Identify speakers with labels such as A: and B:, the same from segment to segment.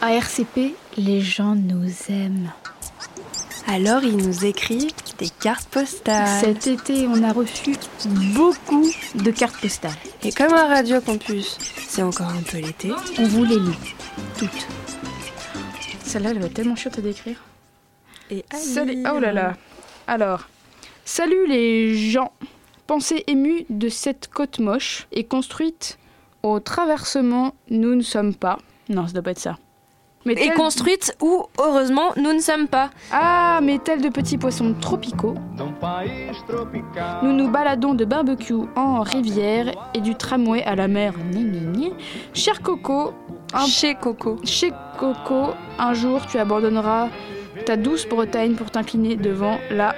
A: À RCP, les gens nous aiment.
B: Alors ils nous écrivent des cartes
C: Euh,
B: postales.
A: Cet été, on a reçu beaucoup de cartes postales.
B: Et comme un Radio Campus, c'est encore un peu l'été.
A: On vous les lit toutes.
C: Celle-là, elle va être tellement chiante à décrire.
B: Et
A: Ah
C: Salut. Oh là là. Alors, salut les gens. Pensée émue de cette côte moche et construite au traversement, nous ne sommes pas. Non, ça doit pas être ça. Mais
D: Et
C: tel-
D: construite où, heureusement, nous ne sommes pas.
C: Ah, mais tel de petits poissons tropicaux,
E: Num país tropical.
C: nous nous baladons de barbecue en rivière et du tramway à la mer. Gna, gna, gna. Cher Coco, un-
D: Chez Coco.
C: chez Coco, un jour tu abandonneras ta douce Bretagne pour t'incliner devant la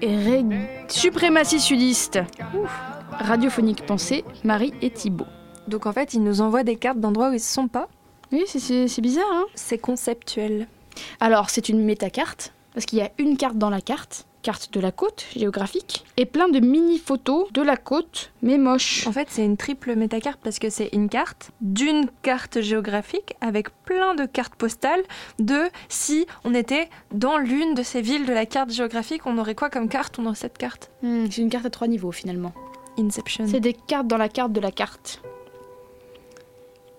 C: ré- suprématie sudiste. Ouf. Radiophonique pensée, Marie et Thibault.
B: Donc en fait, ils nous envoient des cartes d'endroits où ils sont pas.
C: Oui, c'est- c'est c'est bizarre, hein
B: C'est conceptuel.
C: Alors, c'est une métacarte, parce qu'il y a une carte dans la carte, carte de la côte géographique, et plein de mini-photos de la côte, mais moches.
B: En fait, c'est une triple métacarte parce que c'est une carte d'une carte géographique avec plein de cartes postales de si on était dans l'une de ces villes de la carte géographique, on aurait quoi comme carte On aurait cette carte.
C: Hmm, c'est une carte à trois niveaux, finalement.
B: Inception.
C: C'est des cartes dans la carte de la carte.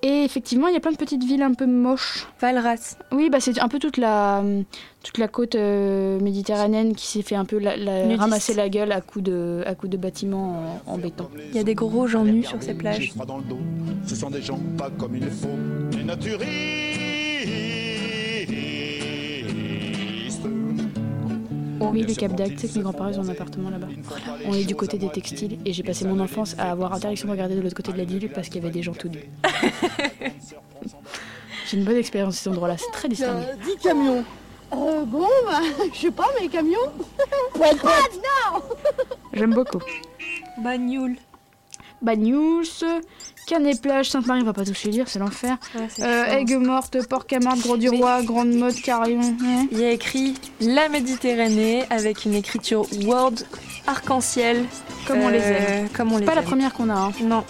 C: Et effectivement, il y a plein de petites villes un peu moches.
B: Valras.
C: Oui, bah c'est un peu toute la, toute la côte euh, méditerranéenne qui s'est fait un peu la, la-
B: Nudiste.
C: ramasser la gueule à coups de, à coups de bâtiments en, en béton.
B: Il y a des gros gens nus sur ces
F: J'ai
B: plages.
F: froid dans le dos, ce sont des gens pas comme il faut. Les naturistes.
C: Oui, le Cap d'Agde, c'est que mes grands-parents ils ont un appartement là-bas. On est du côté des textiles et j'ai passé mon enfance à avoir interdiction de regarder de l'autre côté de la ville parce qu'il y avait des gens tout nus. J'ai une bonne expérience de cet endroit-là, c'est très distingué.
G: 10 camions. Euh, bon, bah, je sais pas, mais camions. Ouais,
C: J'aime beaucoup.
B: Bagnoul.
C: Bad News, Canet Plage, Sainte-Marie, on va pas tous les lire, c'est l'enfer. Euh, Aigues Mortes, Port-Camargue, Gros-du-Roi, Grande Motte, Carillon. hein.
B: Il y a écrit la Méditerranée avec une écriture Word arc-en-ciel.
C: Comme on les aime.
B: Euh, Comme on les
C: C'est pas la
B: aime.
C: première qu'on a. hein.
B: Non.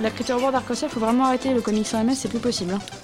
C: La Critter World Arc-en-Ciel, faut vraiment arrêter le comics en MS, c'est plus possible. hein.